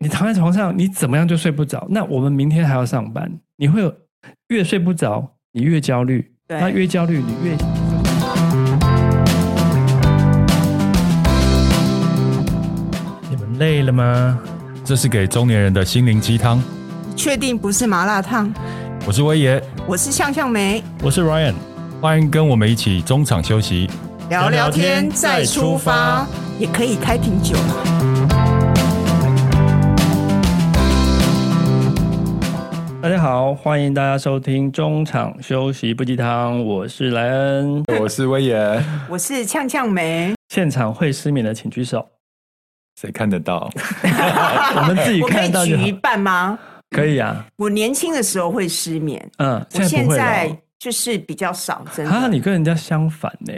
你躺在床上，你怎么样就睡不着？那我们明天还要上班，你会有越睡不着，你越焦虑，对那越焦虑你越。你们累了吗？这是给中年人的心灵鸡汤。确定不是麻辣烫？我是威爷，我是向向梅，我是 Ryan，欢迎跟我们一起中场休息。聊聊天再出发，也可以开瓶酒。大家好，欢迎大家收听中场休息不鸡汤，我是莱恩。我是威爷，我是向向梅，现场会失眠的请举手，谁看得到？我们自己啊我可看以到举就好一。半吗？可以啊，我年轻的时候会失眠，嗯，我在现不会了在哦。就是比较少，真啊，的你跟人家相反呢、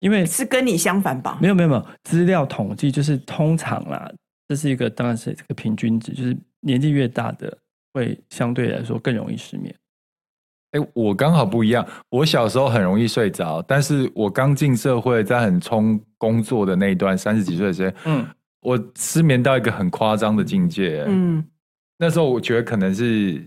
因为是跟你相反吧？没有没有没有资料统计，就是通常啦，这是一个当然是这个平均值，就是年纪越大的会相对来说更容易失眠。 哎、我刚好不一样。我小时候很容易睡着，但是我刚进社会，在很冲工作的那一段，三十几岁的时间，嗯，我失眠到一个很夸张的境界。嗯，嗯，那时候我觉得可能是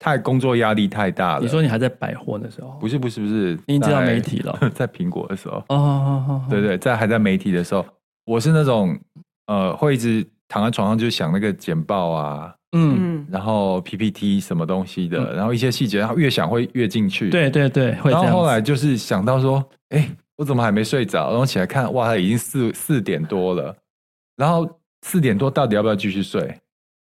太工作压力太大了。你说你还在百货的时候，不是不是不是，你已经知道在媒体了在苹果的时候，哦哦哦，对，对，在还在媒体的时候，我是那种呃，会一直躺在床上就想那个简报啊，嗯，嗯，然后 PPT 什么东西的，嗯然后一些细节，然后越想会越进去。对对对，会这然后后来样子。就是想到说，哎，我怎么还没睡着？然后起来看，哇，已经四四点多了。然后四点多到底要不要继续睡？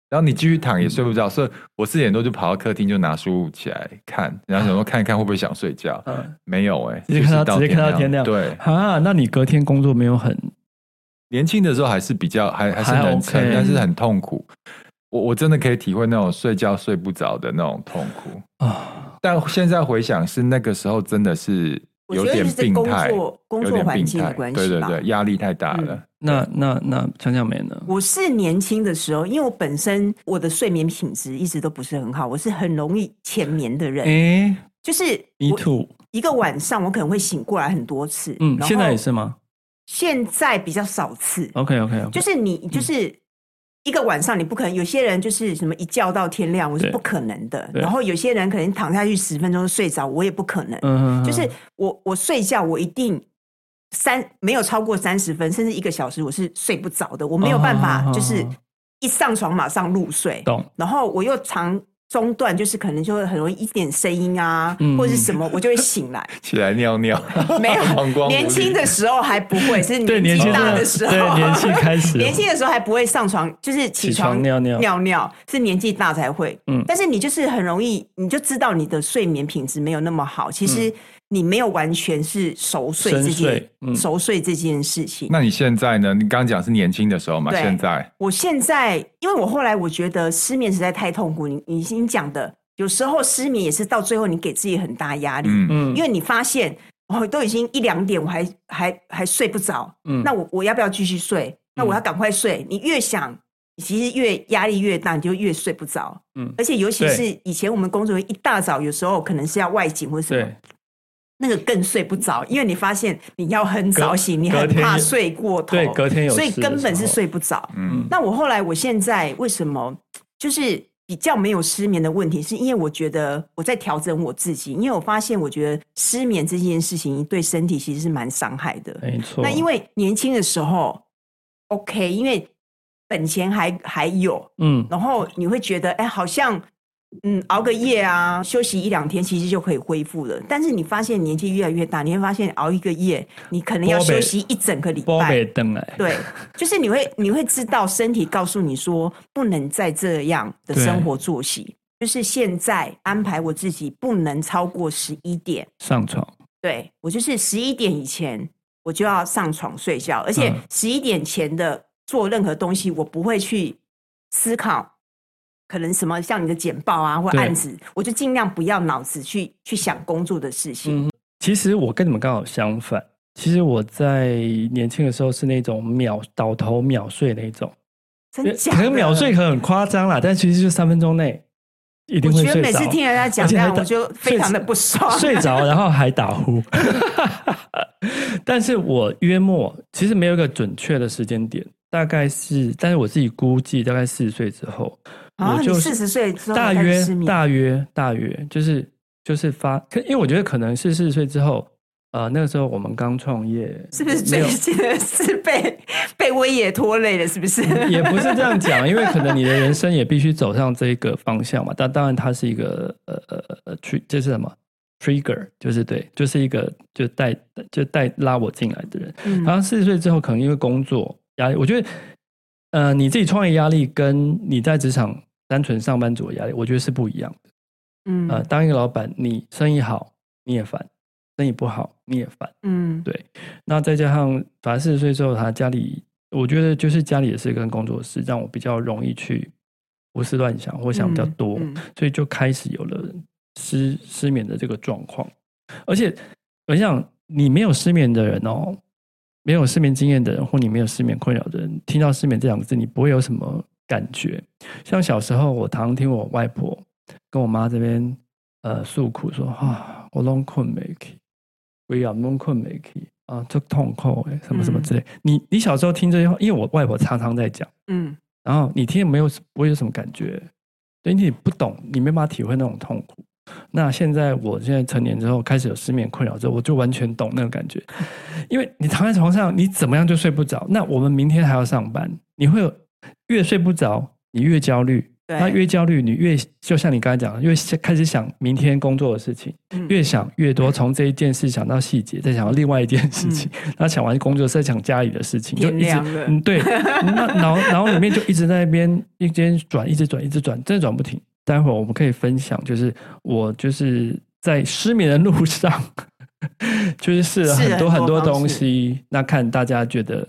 然后你继续躺也睡不着，嗯所以我四点多就跑到客厅就拿书起来看，然后想说看一看会不会想睡觉。嗯没有哎、啊直接就看是到直接看到天亮对，啊，那你隔天工作没有很年轻的时候还是比较还还是还能撑 OK 但是很痛苦。我我真的可以体会那种睡觉睡不着的那种痛苦。啊？但现在回想，是那个时候真的是我觉有得点是这病工态，作工有作点环病境的态，关对系对吧。嗯对，压力太大了。那那那强强没呢？我是年轻的时候，因为我本身我的睡眠品质一直都不是很好，我是很容易浅眠的人，诶就是，me 我 too，一个晚上我可能会醒过来很多次。嗯，然后现在也嗯是吗现在比较少次， ？OK OK OK，就是你就是一个晚上你不可能，有些人就是什么一觉到天亮，我是对不可能的。对然后有些人可能躺下去十分钟就睡着，我也不可能。嗯，嗯嗯就是我我睡觉我一定。三没有超过三十分，甚至一个小时，我是睡不着的。我没有办法，哦就是一上床马上入睡。懂。然后我又常中断，就是可能就会很容易一点声音啊，嗯或者是什么，我就会醒来。起来尿 尿， 没膀有，胱年轻的时候还不会，是 对年年纪轻大的的时候，对年纪开始，年轻的时候还不会上床，就是起起床尿尿尿尿是年纪大才会。嗯但是你就是很容易，你就知道你的睡眠品质没有那么好。其实你没有完全是熟睡这嗯深件睡嗯熟睡这件事情。那你现在呢？你刚刚讲是年轻的时候嘛？对现在我现在，因为我后来我觉得失眠实在太痛苦。你你你讲的，有时候失眠也是到最后你给自己很大压力，嗯，嗯因为你发现哦，都已经一两点，我还还还睡不着，嗯那我我要不要继续睡？那我要赶快睡。你越想，你其实越压力越大，你就越睡不着。嗯而且尤其对是以前我们工作一大早，有时候可能是要外景或什么对，，那个更睡不着，因为你发现你要很早醒，你隔很天怕有睡过头，对隔天有所以事的根本时是候睡不着。嗯那我后来，我现在为什么就是比较没有失眠的问题，是因为我觉得我在调整我自己，因为我发现我觉得失眠这件事情对身体其实是蛮伤害的。没错。那因为年轻的时候，OK，因为本钱还还有，嗯，然后你会觉得，哎，好像嗯熬个夜啊，休息一两天，其实就可以恢复了。但是你发现年纪越来越大，你会发现熬一个夜，你可能要波休北息一整个礼波拜北。登来，对，就是你会你会知道身体告诉你说不能再这样的对生活作息，就是现在安排我自己不能超过十一点，上床，对我就是十一点以前我就要上床睡觉，而且嗯十一点前的做任何东西，我不会去思考，可能什么像你的简报啊或对案子，我就尽量不要脑子去去想工作的事情。嗯，其实我跟你们刚好相反。其实我在年轻的时候是那种秒倒头秒睡那种，真假的？可能秒睡可能很夸张啦，但其实就三分钟内一定我会觉得睡每着次。听人家讲而这且还样，我打就非常的不爽。睡着，然后还打呼， 但是我约莫其实没有一个准确的时间点，大概是，但是我自己估计大概四十岁之后，啊，我你就四十岁之后大才开始约失眠大约大约就是就是发，可因为我觉得可能是四十岁之后，呃，那个时候我们刚创业，是不是没最有近的是被被威爷拖累了？是不是？嗯也不是这样讲，因为可能你的人生也必须走上这个方向嘛。但当然，它是一个呃呃呃呃 tr 这是什么 trigger，就是对，就是一个就带就带拉我进来的人。 嗯然后四十岁之后，可能因为工作压力，我觉得，呃，你自己创业压力跟你在职场单纯上班族的压力，我觉得是不一样的。嗯呃，当一个老板，你生意好你也烦，生意不好你也烦。嗯对那再加上，反正四十岁之后，他家里，我觉得就是家里的事跟工作的事，让我比较容易去胡思乱想或想比较嗯多，嗯所以就开始有了失失眠的这个状况。而且，我想你没有失眠的人哦，没有失眠经验的人，或你没有失眠困扰的人，听到失眠这两个字，你不会有什么感觉。像小时候，我常常听我外婆跟我妈这边呃诉苦说啊，我拢困没起，胃啊拢困没起啊，就痛苦哎，什么什么之类。你你小时候听这些话，因为我外婆常常在讲，嗯然后你听了没有不会有什么感觉，对你不懂，你没办法体会那种痛苦。那现在我现在成年之后开始有失眠困扰之后，我就完全懂那种感觉，因为你躺在床上，你怎么样就睡不着。那我们明天还要上班，你会有越睡不着，你越焦虑，对那越焦虑，你越就像你刚才讲的，越开始想明天工作的事情，嗯越想越多，从这一件事想到细节，再想到另外一件事情，然后想完工作再想家里的事情，就嗯天一直亮了嗯 对，那脑脑里面就一直在那边一边转，一直转，一直转，真的转不停。待会儿我们可以分享，就是我就是在失眠的路上，就是试了试了很多很很多多方东式西，那看大家觉得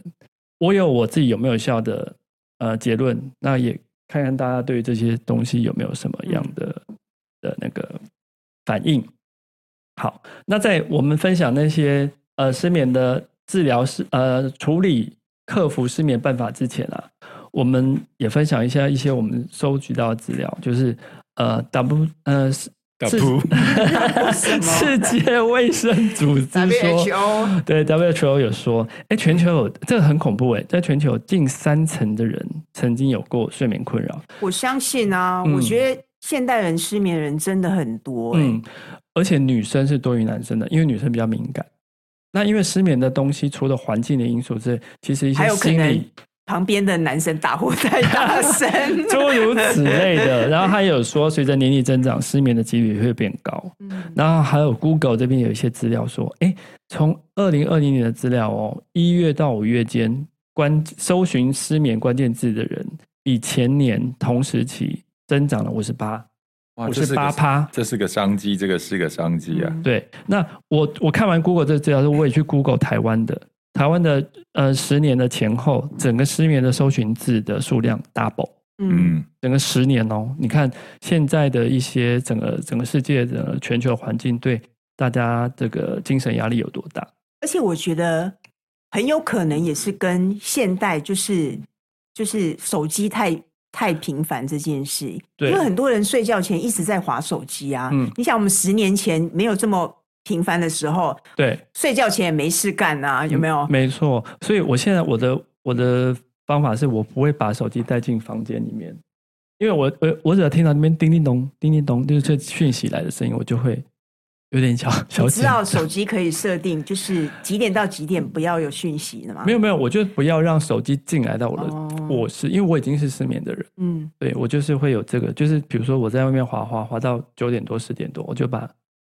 我有我自己有没有效的呃结论，那也看看大家对于这些东西有没有什么样的、的那个反应。好，那在我们分享那些呃失眠的治疗是呃处理克服失眠办法之前啊，我们也分享一下一些我们收集到的资料，就是呃 W 呃世嗯世 世界卫生组织说。 ，WHO 对 WHO 有说，哎，全球有这个很恐怖哎，在全球近三成的人曾经有过睡眠困扰，我相信啊，嗯我觉得现代人失眠的人真的很多、欸，嗯，而且女生是多于男生的，因为女生比较敏感。那因为失眠的东西，除了环境的因素之外，其实一还些有可心能理旁边的男生打呼太大声， 诸如此类的。然后还有说，随着年龄增长，失眠的几率会变高。 嗯然后还有 Google 这边有一些资料说，哎，从二零二零年的资料哦，一月到五月间，关搜寻失眠关键字的人，比前年同时期增长了五十八，哇五这十是八个趴。这是个商机，这个是个商机嗯啊！对，那我我看完 Google 这资料之后，我也去 Google 台湾的，台湾的呃十年的前后，整个失眠的搜寻字的数量 double，嗯嗯，整个十年哦。你看现在的一些整个整个世界的全球环境对大家这个精神压力有多大？而且我觉得很有可能也是跟现代就是就是手机太太频繁这件事，对因为很多人睡觉前一直在划手机啊。嗯你想我们十年前没有这么频繁的时候，对，睡觉前也没事干啊，嗯有没有？没错，所以我现在我的我的方法是我不会把手机带进房间里面，因为我我我只要听到那边叮叮咚叮叮咚，就是这讯息来的声音，我就会有点小小你知紧道张。手机可以设定就是几点到几点不要有讯息的吗？没有，有没有，我就不要让手机进来到我的哦卧室，因为我已经是失眠的人，嗯对我就是会有这个，就是比如说我在外面滑滑滑到九点多十点多，我就把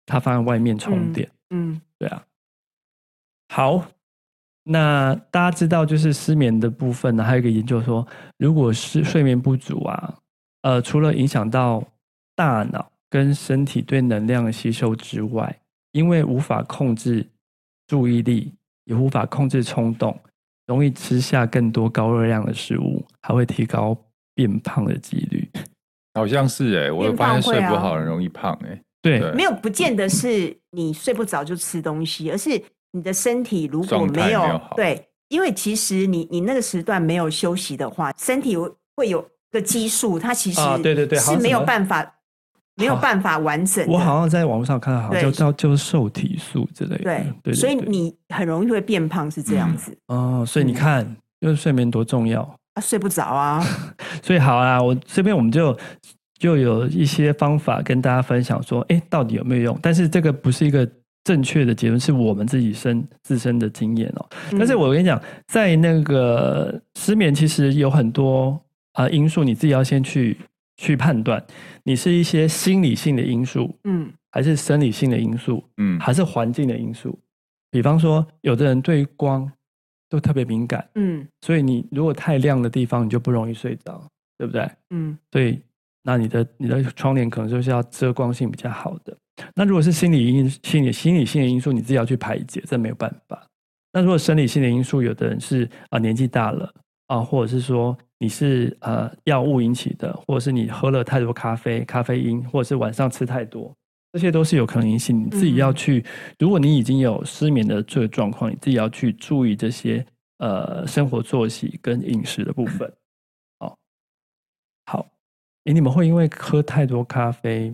它放在外面充电。嗯，对啊。好，那大家知道，就是失眠的部分呢，还有一个研究说，如果是睡眠不足啊，呃，除了影响到大脑跟身体对能量的吸收之外，因为无法控制注意力，也无法控制冲动，容易吃下更多高热量的食物，还会提高变胖的几率。好像是哎，我变发胖现会睡不啊好很容易胖哎。对，对没有，不见得是你睡不着就吃东西，而是你的身体如果状态没有没有好对，因为其实你你那个时段没有休息的话，身体会会有个激素，它其实啊对对对好是像没什有么办法没有好办法完整的。我好像在网络上看到，好像对叫叫叫瘦体素之类的。对对，所以对你很容易会变胖，是这样嗯子。哦，所以你看，就是睡眠多重要。啊睡不着啊，所以好啦，我这边我们就就有一些方法跟大家分享说，哎，到底有没有用？但是这个不是一个正确的结论，是我们自己身自身的经验哦。 但是嗯我跟你讲，在那个失眠，其实有很多啊、呃因素，你自己要先去去判断，你是一些心理性的因素，嗯还是生理性的因素，嗯还是环境的因素。比方说，有的人对光都特别敏感，嗯所以你如果太亮的地方，你就不容易睡着，对不对？嗯所以那你的你的窗帘可能就是要遮光性比较好的。那如果是心理因心理心理性的因素，你自己要去排解，这没有办法。那如果生理性的因素，有的人是啊、年纪大了啊、或者是说你是呃药物引起的，或者是你喝了太多咖啡咖啡因，或者是晚上吃太多。这些都是有可能引起，你自己要去。如果你已经有失眠的这个状况，你自己要去注意这些呃生活作息跟饮食的部分。好，好，诶，你们会因为喝太多咖啡，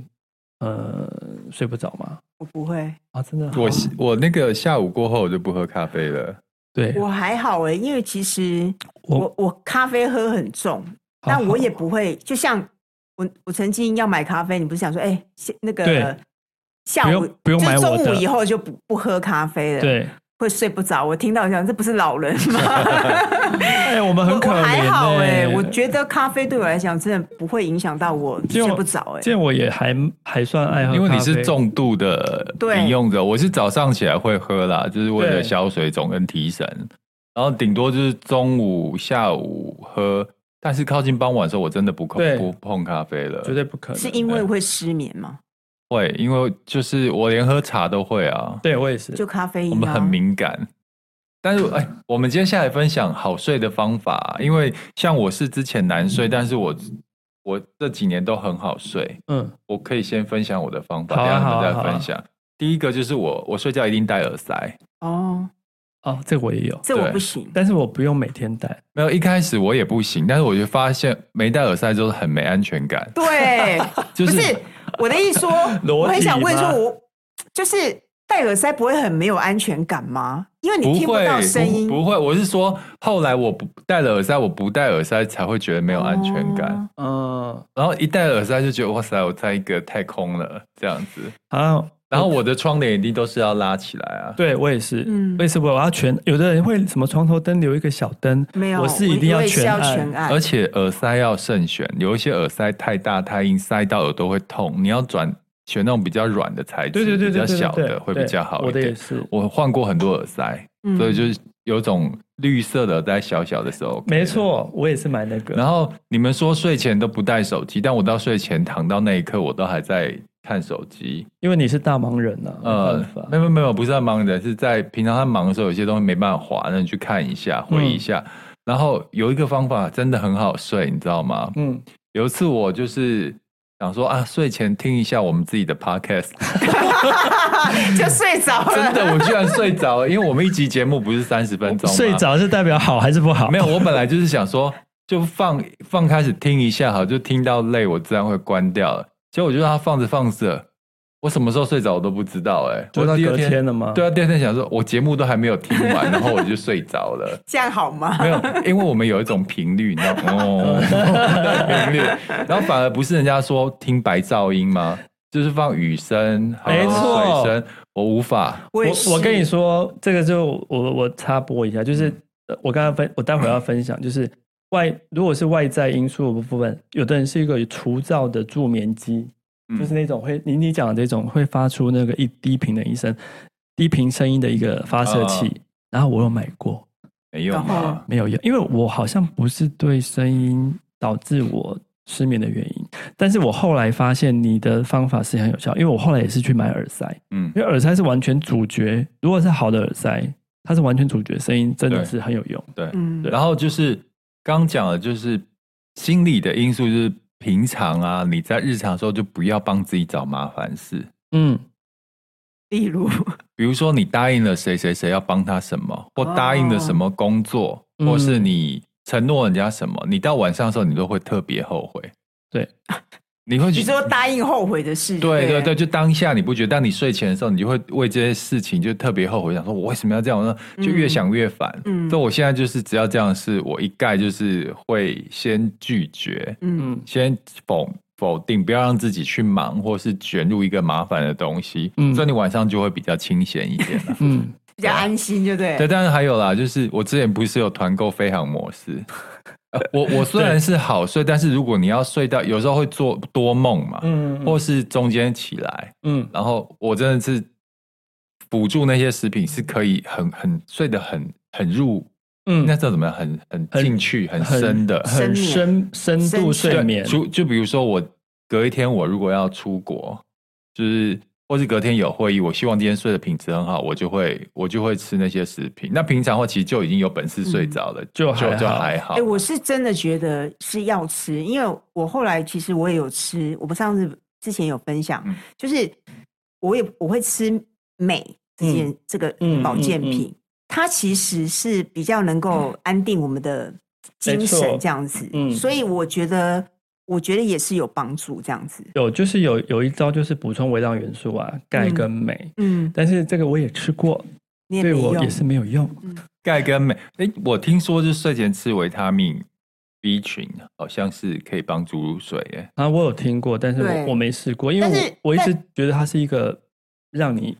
呃，睡不着吗？我不会，啊，真的好，我我那个下午过后我就不喝咖啡了，对我还好哎、因为其实我哦我我咖啡喝很重，好但我好也不会，就像我我曾经要买咖啡，你不是想说，哎、先那个对下不午用不用就买我中午的以后就不不喝咖啡了，，对，会睡不着。我听到我想，这不是老人吗？哎，我们我 很可我怜、还好哎、哎、我觉得咖啡对我来讲真的不会影响到我就睡不着哎、见我也还还算爱喝咖啡，因为你是重度的对饮用者，我是早上起来会喝啦，就是为了对消水肿跟提神，然后顶多就是中午、下午喝，但是靠近傍晚的时候我真的不碰对不碰咖啡了，绝对不可能，是因为会失眠吗？会，因为就是我连喝茶都会啊，对我也是，就咖啡因、啊，我们很敏感。但是，哎，我们接下来分享好睡的方法，因为像我是之前难睡，但是我我这几年都很好睡，嗯，我可以先分享我的方法，好啊等一下你好啊们好再啊分享。第一个就是我我睡觉一定戴耳塞，哦，哦，这个我也有，这我对不行，但是我不用每天戴，，没有一开始我也不行，但是我就发现没戴耳塞就是很没安全感， 对，就不是我的意思说裸体吗我很想问说我，就是戴耳塞不会很没有安全感吗？因为你不听会到声音，不不会，我是说后来我不戴了耳塞，我不戴耳塞才会觉得没有安全感。哦嗯，然后一戴耳塞就觉得哇塞，我在一个太空了这样子。啊，然后我的窗帘一定都是要拉起来啊。对我也是，嗯我也是，我要全，有的人会什么床头灯留一个小灯，没有，我是一定我要也是全要暗，全暗，而且耳塞要慎选，有一些耳塞太大太硬，塞到耳朵会痛。你要转选那种比较软的材质，对对对对，比较对小对的会对比较好我一的也点。是，我换过很多耳塞，嗯所以就是有种绿色的耳塞，小小的时候、没。错，我也是买那个，然后你们说睡前都不带手机，但我到睡前躺到那一刻，我都还在看手机。因为你是大忙人呐、啊，没呃办法，，没有没有，不是在忙人，是在平常他忙的时候，有些东西没办法划，那你去看一下，回忆一下。嗯然后有一个方法真的很好睡，你知道吗？嗯，有一次我就是想说啊，睡前听一下我们自己的 podcast， 就睡着了。真的，我居然睡着了，因为我们一集节目不是三十分钟吗，睡着是代表好还是不好？没有，我本来就是想说，就放放开始听一下好，就听到累，我自然会关掉了。结果我就让它放着放着，我什么时候睡着我都不知道、哎，就我到第二隔天了吗对啊，第二天想说，我节目都还没有听完，然后我就睡着了。这样好吗？没有，因为我们有一种频 率，你知道吗？哦，频率，然后反而不是人家说听白噪音吗？就是放雨声，还没有错水声，我无法。我也是我我跟你，说，这个就我我插播一下，就是呃我刚刚分，我待会儿要分享，就是外如果是外在因素的部分，有的人是一个除噪的助眠机，嗯就是那种会你你讲的这种会发出那个一低频的一声低频声音的一个发射器，然后我有买过，没有然后嘛？没有用，因为我好像不是对声音导致我失眠的原因，但是我后来发现你的方法是很有效，因为我后来也是去买耳塞，嗯因为耳塞是完全主角，如果是好的耳塞，它是完全主角声音，真的对是很有用。嗯，然后就是刚讲的，就是心理的因素，就是平常啊，你在日常的时候就不要帮自己找麻烦事。嗯，例如，比如说，你答应了谁谁谁要帮他什么，或哦答应了什么工作，嗯或是你承诺人家什么，你到晚上的时候，你都会特别后悔。对， 你会你去说答应后悔的事，对对不对，就当下你不觉得，当你睡前的时候，你就会为这些事情就特别后悔，想说我为什么要这样呢？就越想越烦。嗯所以我现在就是只要这样的事，我一概就是会先拒绝，嗯嗯先否否定，不要让自己去忙或是卷入一个麻烦的东西。嗯所以你晚上就会比较清闲一点了。嗯，比较安心，对不对？对，当然还有啦，就是我之前不是有团购飞航模式。呃我我虽然是好睡，但是如果你要睡到，有时候会做多梦嘛，嗯或是中间起来，嗯然后我真的是辅助那些食品是可以很很睡得很很入，嗯那叫怎么样？很很进去很深的。很深深度睡眠，就就比如说我隔一天我如果要出国，就是或是隔天有会议，我希望今天睡的品质很好，我就会我就会吃那些食品。那平常的话其实就已经有本事睡着了，嗯就还就好就还好。哎、我是真的觉得是要吃，因为我后来其实我也有吃，我不上次之前有分享，嗯就是我也我会吃镁这件、这个嗯保健嗯嗯嗯品，它其实是比较能够安定我们的精没错神这样子，嗯所以我觉得我觉得也是有帮助这样子，有就是有有一招就是补充微量元素啊，钙跟镁。嗯，但是这个我也吃过，你也对没我用也是没有用。钙跟镁，哎，我听说就是睡前吃维他命 B 群，好像是可以帮助入睡耶。啊，我有听过，但是对我我没试过，因但是为我我一直觉得它是一个让你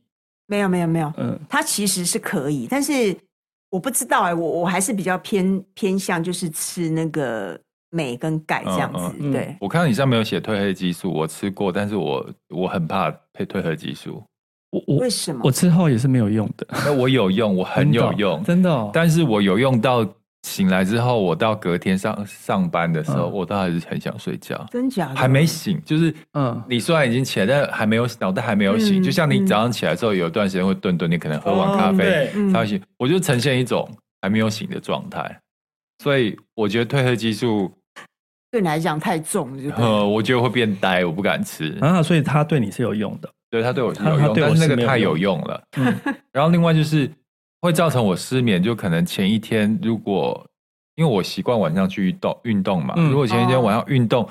没有没有没有，嗯它其实是可以，但是我不知道哎、我我还是比较偏偏向就是吃那个镁跟钙这样子，嗯嗯嗯对，我看到你上面有写褪黑激素，我吃过，但是我我很怕配褪黑激素。我我为什么？我之后也是没有用的，那我有用，我 很有用，真的哦、真的哦。但是我有用到醒来之后，我到隔天上上班的时候，嗯我倒还是很想睡觉，真假的？还没醒，就是嗯你虽然已经起来，但还没有脑袋还没有醒，嗯就像你嗯早上起来之后，有一段时间会顿顿，你可能喝完咖哦啡，对嗯才会醒，我就呈现一种还没有醒的状态。所以我觉得褪黑激素，对你来讲太重了，对不对呃，我觉得会变呆，我不敢吃。啊，所以它对你是有用的，对它对我是它有它用，对但我是那是个没有太用有用了。嗯 然后另外就是会造成我失眠，就可能前一天如果因为我习惯晚上去运动运动嘛，嗯如果前一天哦晚上运动、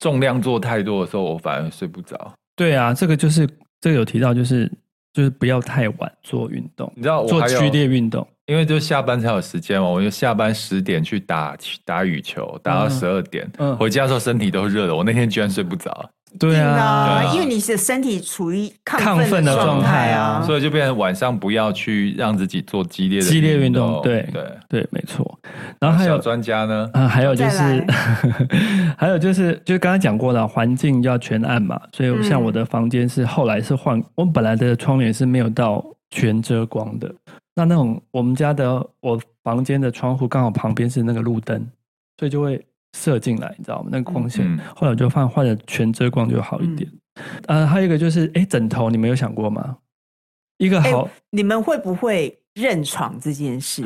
重量做太多的时候，我反而睡不着。对啊，这个就是这个有提到，就是就是不要太晚做运动，你知道嗯我做还有剧烈运动，因为就下班才有时间嘛，我就下班十点去打打羽球，打到嗯十二点，嗯回家的时候身体都热了。我那天居然睡不着，对真的啊，对啊因为你的身体处于亢奋的状状态啊，啊所以就变成晚上不要去让自己做激烈的激烈运动对对对。对，没错。然后还小有专家呢？啊，还有就是再， 还有就是，就是刚刚讲过了，环境要全暗嘛，所以像我的房间是后来是换，我们本来的窗帘是没有到全遮光的。那那种我们家的我房间的窗户刚好旁边是那个路灯，所以就会射进来，你知道吗？那个光线。嗯后来我就换换了全遮光就好一点。呃，还有一个就是，哎，枕头你们有想过吗？一个哎好，你们会不会认床这件事？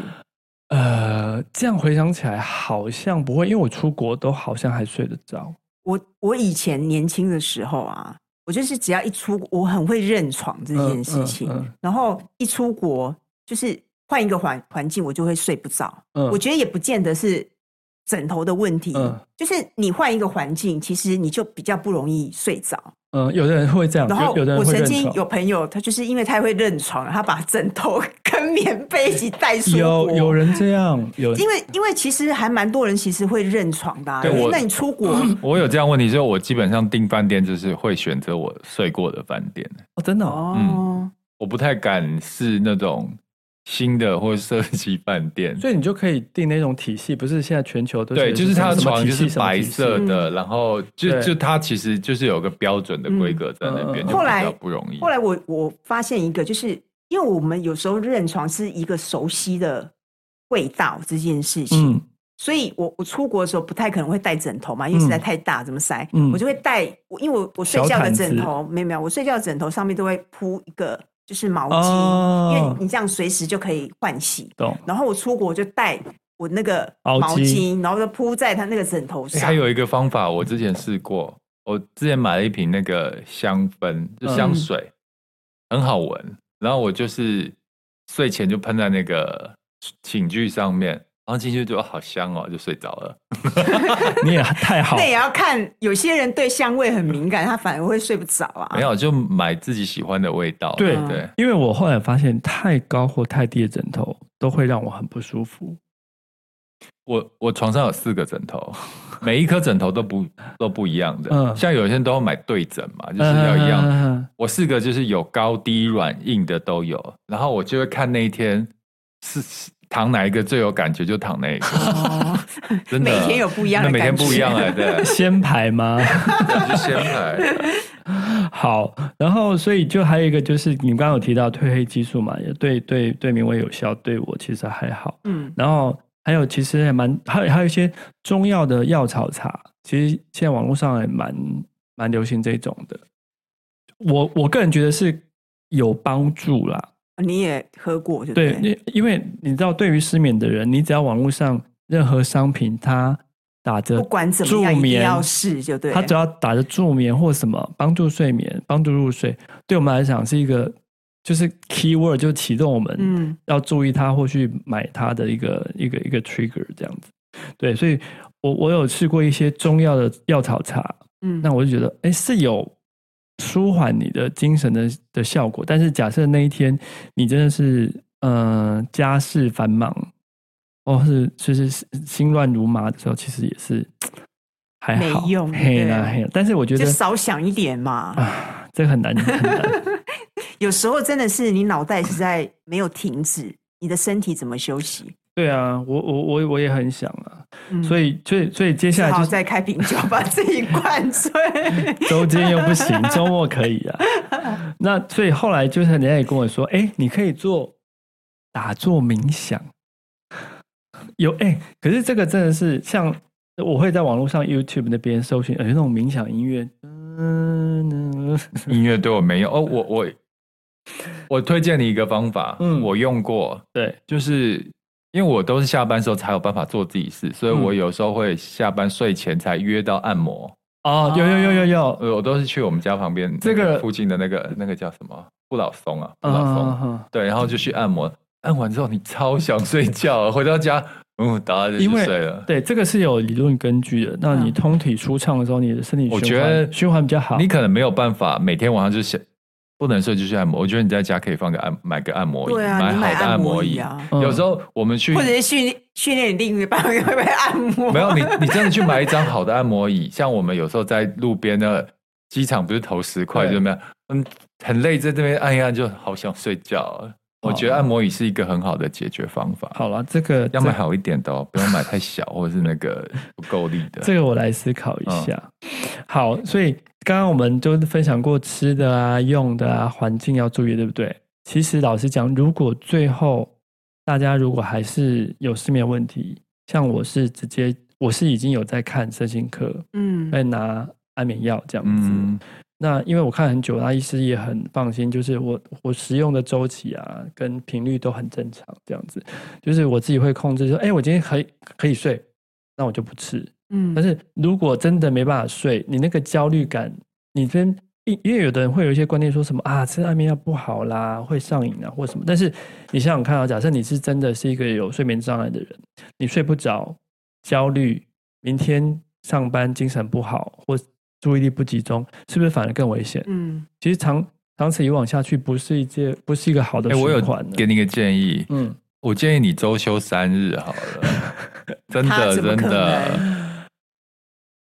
呃，这样回想起来好像不会，因为我出国都好像还睡得着。我我以前年轻的时候啊，我就是只要一出，我很会认床这件事情，嗯嗯嗯然后一出国就是换一个环环境，我就会睡不着。嗯，我觉得也不见得是枕头的问题，嗯就是你换一个环境，其实你就比较不容易睡着。嗯，有的人会这样，然后有有的我人会曾认经床。有朋友，他就是因为太会认床，他把枕头 跟棉被一起带出有国。有人这 样，有人因为因为其实还蛮多人其实会认床的、啊对我，那你出国，嗯我有这样问题，所以我基本上订饭店就是会选择我睡过的饭店，哦，真的哦，哦，嗯我不太敢试那种新的或设计饭店。所以你就可以定那种体系，不是现在全球都对，就是它的什么床体就系嗯是白色什么体系的，然后就对就它其实就是有个标准的规格在那边，嗯嗯嗯就后比来较不容易。后来我我发现一个，就是因为我们有时候认床是一个熟悉的味道这件事情，嗯所以我我出国的时候不太可能会带枕头嘛，因为嗯实在太大，怎么塞？嗯我就会带，我因为我我睡觉的枕头没有没有，我睡觉的枕头上面都会铺一个就是毛巾，哦因为你这样随时就可以换洗。懂然后我出国就带我那个毛毛巾哎巾，然后就铺在他那个枕头诶上。哎还有一个方法，我之前试过，我之前买了一瓶那个香氛，就嗯香水，很好闻。然后我就是睡前就喷在那个寝具上面，然后进去就哦好香哦，就睡着了。你也太好那，也要看，有些人对香味很敏感，他反而会睡不着啊。没有，就买自己喜欢的味道。对嗯不对，因为我后来发现太高或太低的枕头都会让我很不舒服。我我床上有四个枕头， 每一颗枕头都不都不一样的。嗯像有些人都要买对枕嘛，就是要一样。样，我四个就是有高低软硬的都有，然后我就会看那一天是是躺哪一个最有感觉，就躺那一个。哦， 真的，每天有不一样的那每天感觉不一样 哎，对，先排呃吗？ 就先来。好，然后所以就还有一个就是你刚刚有提到褪黑激素嘛，也对对对明威有效，对我其实还好。嗯，然后还有其实也蛮还有还有一些中药的药草茶，其实现在网络上也蛮蛮流行这种的。我我个人觉得是有帮助啦，你也喝过对不对对？你，因为你知道，对于失眠的人，你只要网络上任何商品，它打着不管怎么样，助一定眠要试，就对。它只要打着助眠或什么帮助睡眠、帮助入睡，对我们来讲是一个就是 key word，就启动我们嗯，要注意它或去买它的一个一个一个 trigger 这样子。对，所以我我有试过一些中药的药草茶，嗯那我就觉得，哎，是有舒缓你的精神的的效果。但是假设那一天你真的是，呃，家事繁忙，或是就是心乱如麻的时候，其实也是还好，没用嘿对啦嘿啦。但是我觉就得少想一点嘛。啊，这个很难很难。有时候真的是你脑袋实在没有停止，你的身体怎么休息？对啊，我我我我也很想啊，嗯所以所以所以接只下来好就是再开瓶酒把自己灌 醉。 周间又不行，周末可以啊。那所以后来就是人家也跟我说，哎、你可以做打坐冥想。有哎、可是这个真的是像我会在网络上 YouTube 那边搜寻，有哎那种冥想音乐， 嗯，音乐对我没有哦，我我我推荐你一个方法，嗯我用过，对，就是因为我都是下班时候才有办法做自己事，所以嗯我有时候会下班睡前才约到按摩。哦，啊有有有有有，呃，我都是去我们家旁边这个那附近的那个那个叫什么不老松啊，不嗯老松，嗯嗯对，然后就去按摩，按完之后你 超想睡觉，啊回到家，嗯，打下就因为睡了。对，这个是有理论根据的。那你嗯通体舒畅的时候，你的身体循环我觉得循环比较好。你可能没有办法每天晚上就想不能睡就去按摩，我觉得你在家可以放个按买个按摩椅，对啊，买你好买的按按摩摩椅椅。啊，嗯有时候我们去或者是训训练你另一半会不会按摩？没有你，你真的去买一张好的按摩椅，像我们有时候在路边的机场不是投十块对就没有，嗯，很累，在这边按一按就好想睡觉啊。我觉得按摩椅是一个很好的解决方法，哦好了，这个要买好一点的哦，不要买太小或者是那个不够力的。 这个我来思考一下。好，所以刚刚我们都分享过吃的啊、用的啊、环境要注意，对不对？其实老实讲，如果最后大家如果还是有失眠问题，像我是直接我是已经有在看身心科，嗯哎在拿安眠药这样子。嗯，那因为我看很久，那医师也很放心，就是我我食用的周期啊跟频率都很正常，这样子，就是我自己会控制说，哎，我今天可以可以睡，那我就不吃，嗯但是如果真的没办法睡，你那个焦虑感，你真因因为有的人会有一些观念说什么啊，吃安眠药不好啦，会上瘾啊或什么。但是你想想看啊，假设你是真的是一个有睡眠障碍的人，你睡不着，焦虑，明天上班精神不好或注意力不集中，是不是反而更危险？嗯其实长长此以往下去，不是一件不是一个好的哎，我循有环的。给你一个建议，嗯，我建议你周休三日好了， 真他的怎么真可的。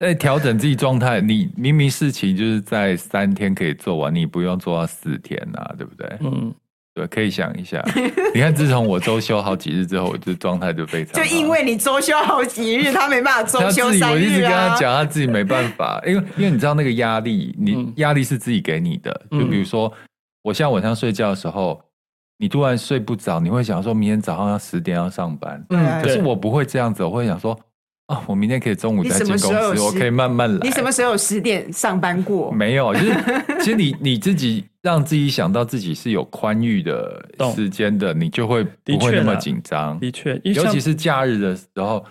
在调整自己状态，你明明事情就是在三天可以做完，你不用做到四天啊，对不对？嗯，对，可以想一下。你看，自从我周休好几日之后，我这状态就非常 就好因为你周休好几日，他没办法周他休自己，三我一直日跟他啊。讲，他自己没办 法，因为因为你知道那个压力，你嗯压力是自己给你的。就嗯比如说，我现在晚上睡觉的时候，你突然睡不着，你会想说明天早上要十点要上班，嗯可是对我不会这样子，我会想说啊，我明天可以中午你再什进么公时候有司，我时可以慢慢来。 你什么时候有十点上班过？没有， 就是其实你你自己让自己想到自己是有宽裕的懂时间的，你就会不的确会那么啦紧张。的确，因为尤像其是假日的时候，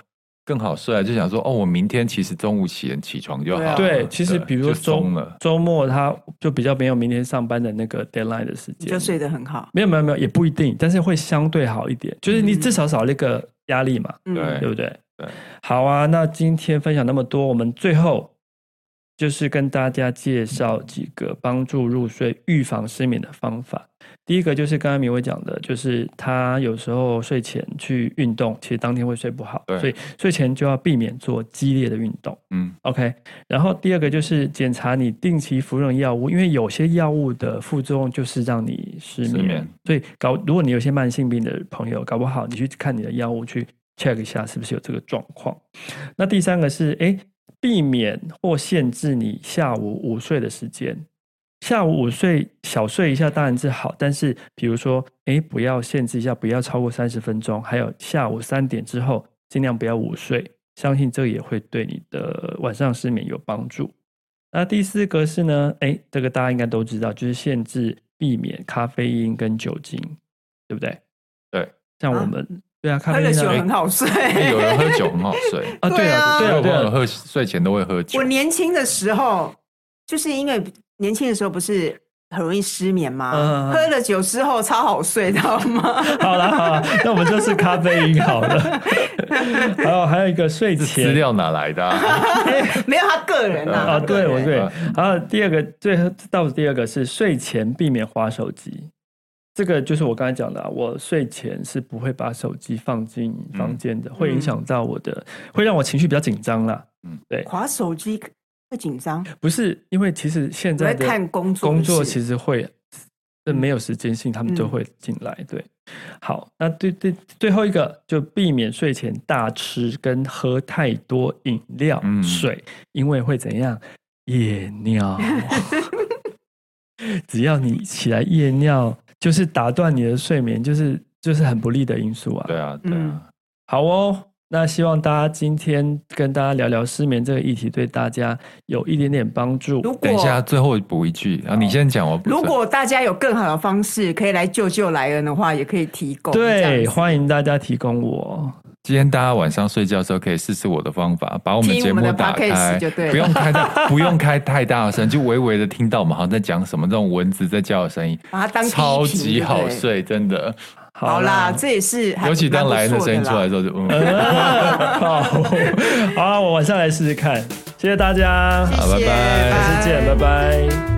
更好睡啊，就想说哦，我明天其实中午起起床就好了。对，啊其实比如说啊就周松了，周末，他就比较没有明天上班的那个 deadline 的时你间就，睡得很好。没有没有没有，也不一定，但是会相对好一点，就是你嗯至少少了一个压力嘛，对对不对？对，好啊，那今天分享那么多，我们最后就是跟大家介绍几个帮助入睡、预防失眠的方法。第一个就是刚刚明伟讲的，就是他有时候睡前去运动，其实当天会睡不好，对所以睡前就要避免做激烈的运动。嗯， OK，然后第二个就是检查你定期服用的药物，因为有些药物的副作用就是让你失眠，失眠所以搞如果你有些慢性病的朋友，搞不好你去看你的药物去 check 一下是不是有这个状况。那第三个是，哎，避免或限制你下午午睡的时间。下午午睡小睡一下当然是好，但是比如说，哎，不要限制一下，不要超过三十分钟，还有下午三点之后尽量不要午睡，相信这也会对你的晚上失眠有帮助。那第四个是呢，哎，这个大家应该都知道，就是限制避免咖啡因跟酒精，对不对？对，像我啊们、对啊，咖喝啡了因酒啊很好睡。哎有人喝酒很好睡，啊，对啊，对因为啊，对我有啊，喝睡前都会喝酒 我。年轻的时候，就是因为年轻的时候不是很容易失眠吗？嗯喝了酒之后超好睡，知道 吗？好啦好啦，那我们就是咖啡因好了。 还有还有一个睡这前资料哪来的啊？没有他个人 啊，啊，他对，个我人对啊。然后第二个，最后倒数第二个是睡前避免划手机。这个就是我刚才讲的、啊，我睡前是不会把手机放进房间的，会影响到我的，会让我情绪比较紧张啦。划手机会紧张，不是因为其实现我在在的看工作的嗯工作事其实会，这没有时间性，他们就会进来。对，好，那对对，最后一个就避免睡前大吃跟喝太多饮料、嗯水，因为会怎样？夜 尿。只要你起来夜尿，就是打断你的睡眠，就是就是很不利的因素啊。对啊，对嗯啊，好哦，那希望大家今天跟大家聊聊失眠这个议题，对大家有一点点帮助。如等一下，果最后补一句啊，你先讲，我补如果大家有更好的方式可以来救救莱恩的话，也可以提供。对，欢迎大家提供我。今天大家晚上睡觉的时候可以试试我的方法，把我们节目打听我们开的 podcast 就对，了不用开大，不用开太大的声，就微微的听到我们好像在讲什么这种蚊子在叫的声音，把它当第一题超级好睡，真的。迎。好啦，这也是还尤其当莱恩的声音出来蛮的不时候就，嗯，啊 好，好，我晚上来试试看。谢谢大家，错的啦，谢好拜拜谢下次见，拜拜